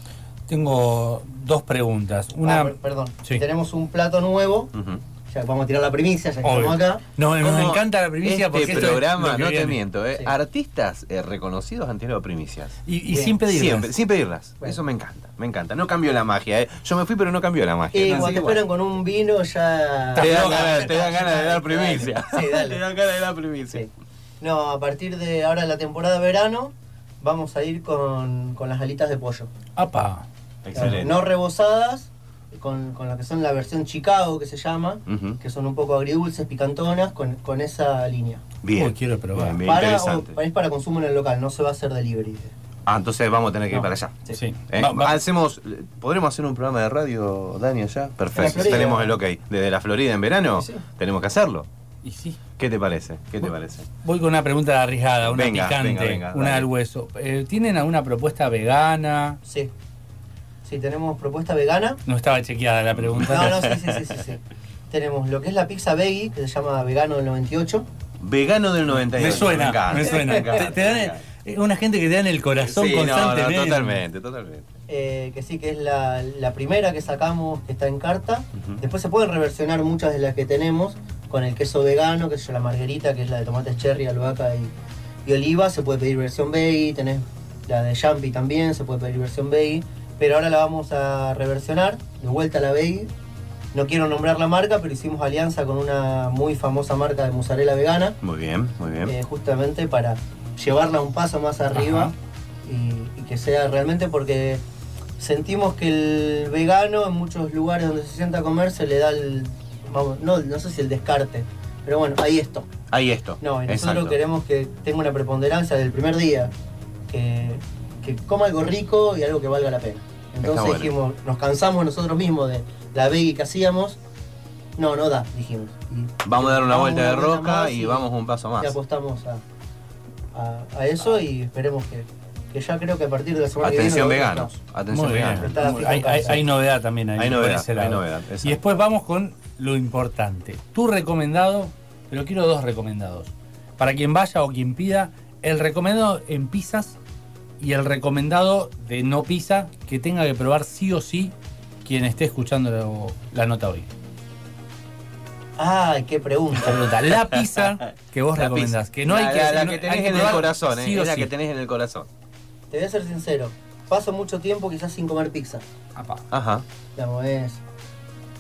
[SPEAKER 2] Tengo dos preguntas. Una.
[SPEAKER 4] Ah, per- perdón.
[SPEAKER 2] Sí. Mm.
[SPEAKER 4] Tenemos un plato nuevo,
[SPEAKER 3] Ujú.
[SPEAKER 4] ya vamos a tirar la primicia, ya que
[SPEAKER 2] Obvio.
[SPEAKER 4] estamos acá.
[SPEAKER 2] No, nos
[SPEAKER 3] ¿Cómo
[SPEAKER 2] encanta la primicia porque
[SPEAKER 3] este
[SPEAKER 2] esto es
[SPEAKER 3] programa,
[SPEAKER 2] lo que
[SPEAKER 3] no te
[SPEAKER 2] viene.
[SPEAKER 3] miento, eh,
[SPEAKER 4] Sí.
[SPEAKER 3] artistas eh, reconocidos han tenido primicias.
[SPEAKER 2] Y, y
[SPEAKER 4] Bien.
[SPEAKER 2] sin pedirlas.
[SPEAKER 3] Siempre, sin pedirlas.
[SPEAKER 4] Bueno.
[SPEAKER 3] Eso me encanta, me encanta. No cambió la magia. eh. Yo me fui, pero no cambió la magia.
[SPEAKER 4] Y
[SPEAKER 3] Así
[SPEAKER 4] Eh, cuando
[SPEAKER 3] que
[SPEAKER 4] te
[SPEAKER 3] bueno.
[SPEAKER 4] esperan con un vino ya...
[SPEAKER 3] Te dan ganas, te dan ganas de dar
[SPEAKER 4] Dale,
[SPEAKER 3] primicia.
[SPEAKER 4] sí, dale.
[SPEAKER 3] Te dan ganas de dar primicia.
[SPEAKER 4] Sí. No, a partir de ahora la temporada de verano vamos a ir con, con las alitas de pollo.
[SPEAKER 2] Apa.
[SPEAKER 3] Excelente.
[SPEAKER 4] No rebozadas, con, con lo que son la versión Chicago que se llama,
[SPEAKER 3] Ujú.
[SPEAKER 4] que son un poco agridulces, picantonas, con, con esa línea.
[SPEAKER 3] Bien.
[SPEAKER 2] Uy, quiero probar.
[SPEAKER 3] Bien, bien,
[SPEAKER 4] Para,
[SPEAKER 3] interesante.
[SPEAKER 4] o- es para consumo en el local, no se va a hacer delivery.
[SPEAKER 3] Ah, entonces vamos a tener que ir
[SPEAKER 4] No.
[SPEAKER 3] para allá.
[SPEAKER 2] Sí.
[SPEAKER 3] Eh,
[SPEAKER 2] Va- va-
[SPEAKER 3] Hacemos, ¿Podremos hacer un programa de radio, Dani, allá? Perfecto.
[SPEAKER 4] Florida.
[SPEAKER 3] Tenemos el ok. Desde la Florida en verano,
[SPEAKER 4] Sí, sí.
[SPEAKER 3] tenemos que hacerlo.
[SPEAKER 2] y sí.
[SPEAKER 3] ¿Qué te parece? ¿Qué te parece?
[SPEAKER 2] Voy con una pregunta arriesgada, una
[SPEAKER 3] Venga,
[SPEAKER 2] picante,
[SPEAKER 3] venga, venga,
[SPEAKER 2] una
[SPEAKER 3] dale.
[SPEAKER 2] al hueso. Eh, ¿Tienen alguna propuesta vegana?
[SPEAKER 4] Sí. Sí, tenemos propuesta vegana.
[SPEAKER 2] No estaba chequeada la pregunta.
[SPEAKER 4] No, no, sí, sí, sí, sí, sí. Tenemos lo que es la pizza veggie, que se llama vegano del 98.
[SPEAKER 3] Vegano del 98.
[SPEAKER 2] Me suena, me,
[SPEAKER 3] encanta,
[SPEAKER 2] suena.
[SPEAKER 3] me encanta,
[SPEAKER 2] Te- te dan
[SPEAKER 3] me
[SPEAKER 2] el-
[SPEAKER 3] encanta.
[SPEAKER 2] eh, una gente que te dan el corazón
[SPEAKER 3] Sí, no, no,
[SPEAKER 2] constantemente.
[SPEAKER 3] totalmente, totalmente.
[SPEAKER 4] eh, que sí, que es la, la primera que sacamos, que está en carta.
[SPEAKER 3] Ujú.
[SPEAKER 4] Después se pueden reversionar muchas de las que tenemos, con el queso vegano, que es la margarita, que es la de tomates cherry, albahaca y, y oliva. Se puede pedir versión veggie, tenés la de champi también, se puede pedir versión veggie. Pero ahora la vamos a reversionar, de vuelta a la veggie. No quiero nombrar la marca, pero hicimos alianza con una muy famosa marca de mozzarella vegana,
[SPEAKER 3] Muy bien, muy bien.
[SPEAKER 4] eh, justamente para llevarla un paso más arriba
[SPEAKER 2] Ajá.
[SPEAKER 4] y, y que sea realmente porque sentimos que el vegano en muchos lugares donde se sienta a comer se le da el, vamos, no, no sé si el descarte, pero bueno, ahí esto.
[SPEAKER 3] Hay esto.
[SPEAKER 4] No, y nosotros
[SPEAKER 3] Exacto.
[SPEAKER 4] queremos que tenga una preponderancia del primer día, que, que coma algo rico y algo que valga la pena. Entonces
[SPEAKER 3] bueno.
[SPEAKER 4] dijimos, nos cansamos nosotros mismos de la veggie que hacíamos. No, no da, dijimos. Y
[SPEAKER 3] Vamos a dar una
[SPEAKER 4] Vamos
[SPEAKER 3] vuelta de
[SPEAKER 4] una vuelta
[SPEAKER 3] roca
[SPEAKER 4] más
[SPEAKER 3] y
[SPEAKER 4] y-
[SPEAKER 3] vamos un paso
[SPEAKER 4] y
[SPEAKER 3] más.
[SPEAKER 4] apostamos a, a- a eso y esperemos que, que ya creo que a partir de la semana
[SPEAKER 3] Atención
[SPEAKER 4] que viene. lo
[SPEAKER 3] veganos.
[SPEAKER 4] vamos
[SPEAKER 3] Atención
[SPEAKER 2] Muy bien.
[SPEAKER 3] veganos.
[SPEAKER 4] Está fijo
[SPEAKER 2] Hay,
[SPEAKER 4] con
[SPEAKER 2] hay-
[SPEAKER 4] eso.
[SPEAKER 2] hay novedad también ahí.
[SPEAKER 3] Hay
[SPEAKER 2] por
[SPEAKER 3] novedad,
[SPEAKER 2] ese
[SPEAKER 3] hay
[SPEAKER 2] lado.
[SPEAKER 3] novedad, exacto.
[SPEAKER 2] Y después vamos con lo importante. Tu recomendado, pero quiero dos recomendados. Para quien vaya o quien pida, el recomendado en pizzas y el recomendado de no pizza que tenga que probar sí o sí quien esté escuchando la, la nota hoy.
[SPEAKER 4] Ay, qué pregunta.
[SPEAKER 2] Pregunta, La pizza que vos
[SPEAKER 3] La
[SPEAKER 2] recomendás,
[SPEAKER 3] pizza.
[SPEAKER 2] que no hay
[SPEAKER 3] La-
[SPEAKER 2] que
[SPEAKER 3] la, la
[SPEAKER 2] no-
[SPEAKER 3] que
[SPEAKER 2] hay
[SPEAKER 3] tenés
[SPEAKER 2] que
[SPEAKER 3] en el
[SPEAKER 2] probar
[SPEAKER 3] corazón, eh,
[SPEAKER 2] sí o
[SPEAKER 3] es la
[SPEAKER 2] sí.
[SPEAKER 3] que tenés en el corazón.
[SPEAKER 4] Te voy a ser sincero. Paso mucho tiempo quizás sin comer pizza.
[SPEAKER 2] Apa.
[SPEAKER 3] Ajá.
[SPEAKER 4] Digamos, es.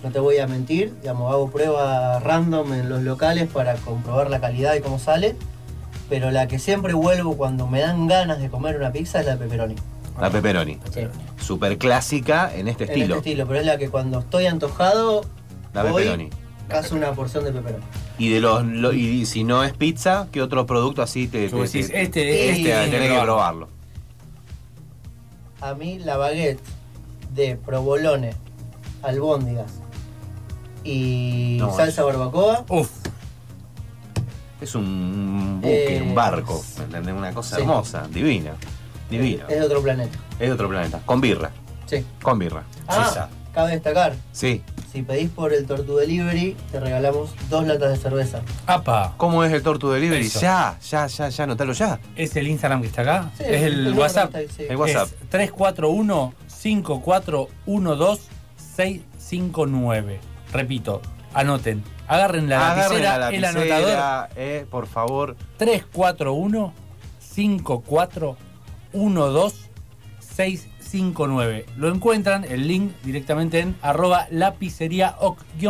[SPEAKER 4] No te voy a mentir. Digamos, hago pruebas random en los locales para comprobar la calidad y cómo sale. Pero la que siempre vuelvo cuando me dan ganas de comer una pizza es la de pepperoni.
[SPEAKER 3] La pepperoni.
[SPEAKER 4] Sí.
[SPEAKER 3] Super clásica en este
[SPEAKER 4] En este
[SPEAKER 3] estilo.
[SPEAKER 4] estilo, pero es la que cuando estoy antojado,
[SPEAKER 3] La
[SPEAKER 4] voy,
[SPEAKER 3] pepperoni.
[SPEAKER 4] cazo una porción de pepperoni.
[SPEAKER 3] Y de los lo- y si no es pizza, ¿qué otro producto así te,
[SPEAKER 2] Yo
[SPEAKER 3] te-
[SPEAKER 2] decís,
[SPEAKER 3] te-
[SPEAKER 2] este-
[SPEAKER 4] este
[SPEAKER 3] tenés
[SPEAKER 2] tiene que
[SPEAKER 3] que
[SPEAKER 2] probarlo.
[SPEAKER 3] probarlo?
[SPEAKER 4] A mí la baguette de provolone, albóndigas y
[SPEAKER 3] No,
[SPEAKER 4] salsa
[SPEAKER 3] es-
[SPEAKER 4] barbacoa.
[SPEAKER 2] Uf,
[SPEAKER 3] Es un buque,
[SPEAKER 4] Eh,
[SPEAKER 3] un barco, ¿me entendés? Una cosa
[SPEAKER 4] sí. Eh,
[SPEAKER 3] hermosa, divina. Divina.
[SPEAKER 4] Es de otro planeta.
[SPEAKER 3] Es de otro planeta. Con birra.
[SPEAKER 4] Sí.
[SPEAKER 3] Con birra.
[SPEAKER 4] Ah,
[SPEAKER 2] Sisa.
[SPEAKER 4] cabe destacar,
[SPEAKER 3] Sí.
[SPEAKER 4] si pedís por el Tortu Delivery, te regalamos dos latas de cerveza.
[SPEAKER 2] apa.
[SPEAKER 3] ¿Cómo es el Tortu Delivery?
[SPEAKER 2] Eso.
[SPEAKER 3] Ya, ya, ya, ya, anotalo ya.
[SPEAKER 2] ¿Es el Instagram que está acá?
[SPEAKER 4] Sí,
[SPEAKER 2] ¿Es el,
[SPEAKER 4] número
[SPEAKER 2] WhatsApp?
[SPEAKER 4] que está ahí, sí.
[SPEAKER 3] El WhatsApp.
[SPEAKER 2] Es 341-5412-659. Repito, anoten. Agarren la
[SPEAKER 3] Agarren
[SPEAKER 2] lapicera,
[SPEAKER 3] la
[SPEAKER 2] el
[SPEAKER 3] lapicera,
[SPEAKER 2] anotador.
[SPEAKER 3] eh, por favor.
[SPEAKER 2] 341-5412-659. Lo encuentran, el link, directamente en arroba lapicería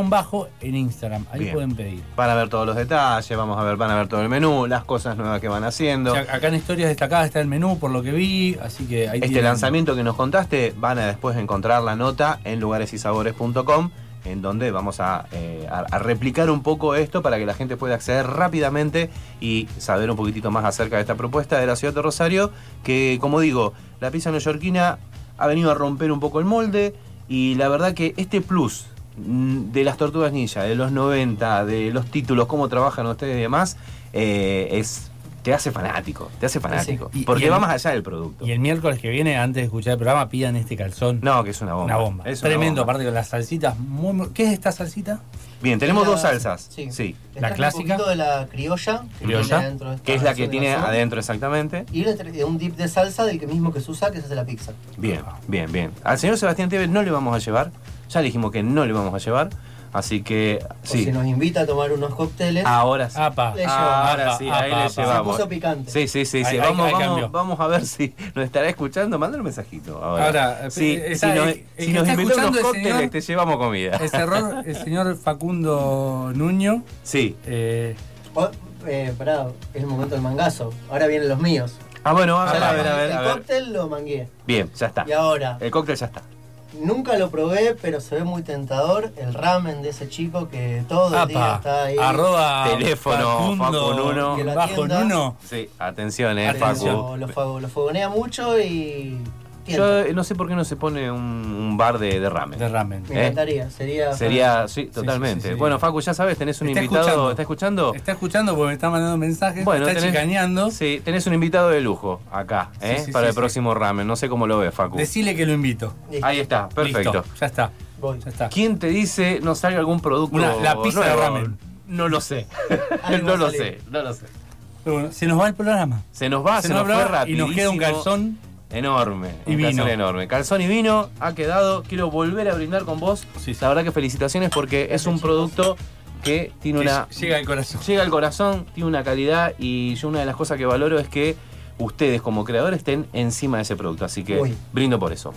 [SPEAKER 2] bajo en Instagram. Ahí
[SPEAKER 3] Bien.
[SPEAKER 2] pueden pedir.
[SPEAKER 3] Van a ver todos los detalles, vamos a ver, van a ver todo el menú, las cosas nuevas que van haciendo.
[SPEAKER 2] O sea, acá en historias destacadas está el menú, por lo que vi, así que ahí
[SPEAKER 3] Este
[SPEAKER 2] tienen-
[SPEAKER 3] lanzamiento que nos contaste, van a después encontrar la nota en lugaresysabores.com, en donde vamos a, eh, a- a replicar un poco esto para que la gente pueda acceder rápidamente y saber un poquitito más acerca de esta propuesta de la ciudad de Rosario, que como digo, la pizza neoyorquina ha venido a romper un poco el molde y la verdad que este plus mm, de las tortugas ninja, de los 90, de los títulos, cómo trabajan ustedes y demás, eh, es... Te hace fanático, te hace fanático.
[SPEAKER 2] Y-
[SPEAKER 3] porque
[SPEAKER 2] y
[SPEAKER 3] va
[SPEAKER 2] el-
[SPEAKER 3] más allá del producto.
[SPEAKER 2] Y el miércoles que viene, antes de escuchar el programa, pidan este calzón.
[SPEAKER 3] No, que es una bomba.
[SPEAKER 2] una bomba.
[SPEAKER 3] Es una
[SPEAKER 2] Tremendo,
[SPEAKER 3] bomba.
[SPEAKER 2] aparte con las salsitas. Muy, muy- ¿Qué es esta salsita?
[SPEAKER 3] Bien, tenemos
[SPEAKER 4] La-
[SPEAKER 3] dos salsas.
[SPEAKER 4] sí.
[SPEAKER 3] Sí.
[SPEAKER 4] Está
[SPEAKER 2] La clásica.
[SPEAKER 4] Un poquito de la criolla. que
[SPEAKER 2] Criolla,
[SPEAKER 4] tiene adentro esta
[SPEAKER 3] Que es la
[SPEAKER 4] salsa
[SPEAKER 3] que
[SPEAKER 4] de
[SPEAKER 3] tiene
[SPEAKER 4] garbanzo.
[SPEAKER 3] adentro exactamente.
[SPEAKER 4] Y le tra- un dip de salsa del que mismo que se usa, que se hace la pizza.
[SPEAKER 3] Bien, bien, bien. Al señor Sebastián Tevez no le vamos a llevar. Ya le dijimos que no le vamos a llevar. Así que,
[SPEAKER 4] O
[SPEAKER 3] sí. Ah,
[SPEAKER 4] si nos invita a tomar unos cócteles,
[SPEAKER 3] Ahora sí.
[SPEAKER 2] Apa. Ah,
[SPEAKER 4] Le-
[SPEAKER 3] Ahora
[SPEAKER 2] apa,
[SPEAKER 3] sí,
[SPEAKER 2] apa,
[SPEAKER 3] ahí le
[SPEAKER 2] apa.
[SPEAKER 4] se
[SPEAKER 3] llevamos.
[SPEAKER 4] puso picante.
[SPEAKER 3] Sí, sí, sí. sí.
[SPEAKER 2] Ahí- ahí-
[SPEAKER 3] vamos,
[SPEAKER 2] ahí cambió.
[SPEAKER 3] vamos, vamos a ver si nos estará escuchando. Manda un mensajito. Ahora,
[SPEAKER 2] Ahora,
[SPEAKER 3] Sí,
[SPEAKER 2] eh,
[SPEAKER 3] si
[SPEAKER 2] está-
[SPEAKER 3] nos,
[SPEAKER 2] el- el
[SPEAKER 3] si
[SPEAKER 2] que
[SPEAKER 3] nos
[SPEAKER 2] está
[SPEAKER 3] invitó unos
[SPEAKER 2] escuchando el
[SPEAKER 3] cócteles,
[SPEAKER 2] señor-
[SPEAKER 3] te llevamos comida.
[SPEAKER 2] Ese error, el señor Facundo Nuño.
[SPEAKER 3] Sí.
[SPEAKER 2] eh,
[SPEAKER 4] O- eh, pará, es el momento del mangazo. Ahora vienen los míos.
[SPEAKER 3] Ah, bueno, a
[SPEAKER 4] Ya
[SPEAKER 3] ver,
[SPEAKER 4] la-
[SPEAKER 3] a ver, a ver.
[SPEAKER 4] el
[SPEAKER 3] a ver. Eh.
[SPEAKER 4] cóctel lo mangué.
[SPEAKER 3] Bien, ya está.
[SPEAKER 4] Y ahora,
[SPEAKER 3] El cóctel ya está.
[SPEAKER 4] nunca lo probé, pero se ve muy tentador el ramen de ese chico que todo el día
[SPEAKER 2] apa.
[SPEAKER 4] está ahí.
[SPEAKER 2] Arroba.
[SPEAKER 3] Teléfono, Facu Nuno.
[SPEAKER 4] Que lo
[SPEAKER 2] Bajo
[SPEAKER 4] atienda.
[SPEAKER 2] Nuno.
[SPEAKER 3] Sí, atención, eh,
[SPEAKER 4] Atención,
[SPEAKER 3] Facu.
[SPEAKER 4] Lo, fago- lo fogonea mucho y.
[SPEAKER 3] Yo
[SPEAKER 4] tienta.
[SPEAKER 3] eh, no sé por qué no se pone un, un bar de, de ramen.
[SPEAKER 2] De ramen.
[SPEAKER 4] Me encantaría. Sería.
[SPEAKER 3] eh, Sería,
[SPEAKER 2] sí,
[SPEAKER 3] sí, totalmente.
[SPEAKER 2] sí, sí.
[SPEAKER 3] Bueno, Facu, ya sabes, tenés un
[SPEAKER 2] Está
[SPEAKER 3] invitado.
[SPEAKER 2] escuchando.
[SPEAKER 3] ¿Está escuchando?
[SPEAKER 2] Está escuchando porque me está mandando mensajes.
[SPEAKER 3] Bueno,
[SPEAKER 2] está
[SPEAKER 3] tenés-
[SPEAKER 2] chicaneando.
[SPEAKER 3] Sí, tenés un invitado de lujo acá,
[SPEAKER 2] Sí,
[SPEAKER 3] ¿eh?
[SPEAKER 2] sí,
[SPEAKER 3] para
[SPEAKER 2] sí,
[SPEAKER 3] el
[SPEAKER 2] sí.
[SPEAKER 3] próximo ramen. No sé cómo lo ves, Facu.
[SPEAKER 2] Decile que lo invito.
[SPEAKER 4] Listo,
[SPEAKER 3] Ahí está, perfecto.
[SPEAKER 2] Listo, ya está.
[SPEAKER 4] voy.
[SPEAKER 2] Ya está.
[SPEAKER 3] ¿Quién te dice no salga algún producto?
[SPEAKER 2] Una- la pizza de
[SPEAKER 3] nuevo?
[SPEAKER 2] ramen.
[SPEAKER 3] No lo sé.
[SPEAKER 4] Algo
[SPEAKER 3] no lo
[SPEAKER 4] sale.
[SPEAKER 3] sé, no lo sé.
[SPEAKER 2] Pero bueno, se nos va el programa.
[SPEAKER 3] Se nos va, Ah, se, nos,
[SPEAKER 2] va
[SPEAKER 3] fue
[SPEAKER 2] el programa y
[SPEAKER 3] rapidísimo.
[SPEAKER 2] nos queda un calzón.
[SPEAKER 3] Enorme.
[SPEAKER 2] Y
[SPEAKER 3] un
[SPEAKER 2] vino.
[SPEAKER 3] calzón enorme. Calzón y vino ha quedado. Quiero volver a brindar con vos.
[SPEAKER 2] Sí, sí.
[SPEAKER 3] La verdad que felicitaciones porque es un producto que tiene una.
[SPEAKER 2] que Llega al corazón.
[SPEAKER 3] Llega al corazón, tiene una calidad y yo una de las cosas que valoro es que ustedes como creadores estén encima de ese producto. Así que
[SPEAKER 4] Uy.
[SPEAKER 3] brindo por eso.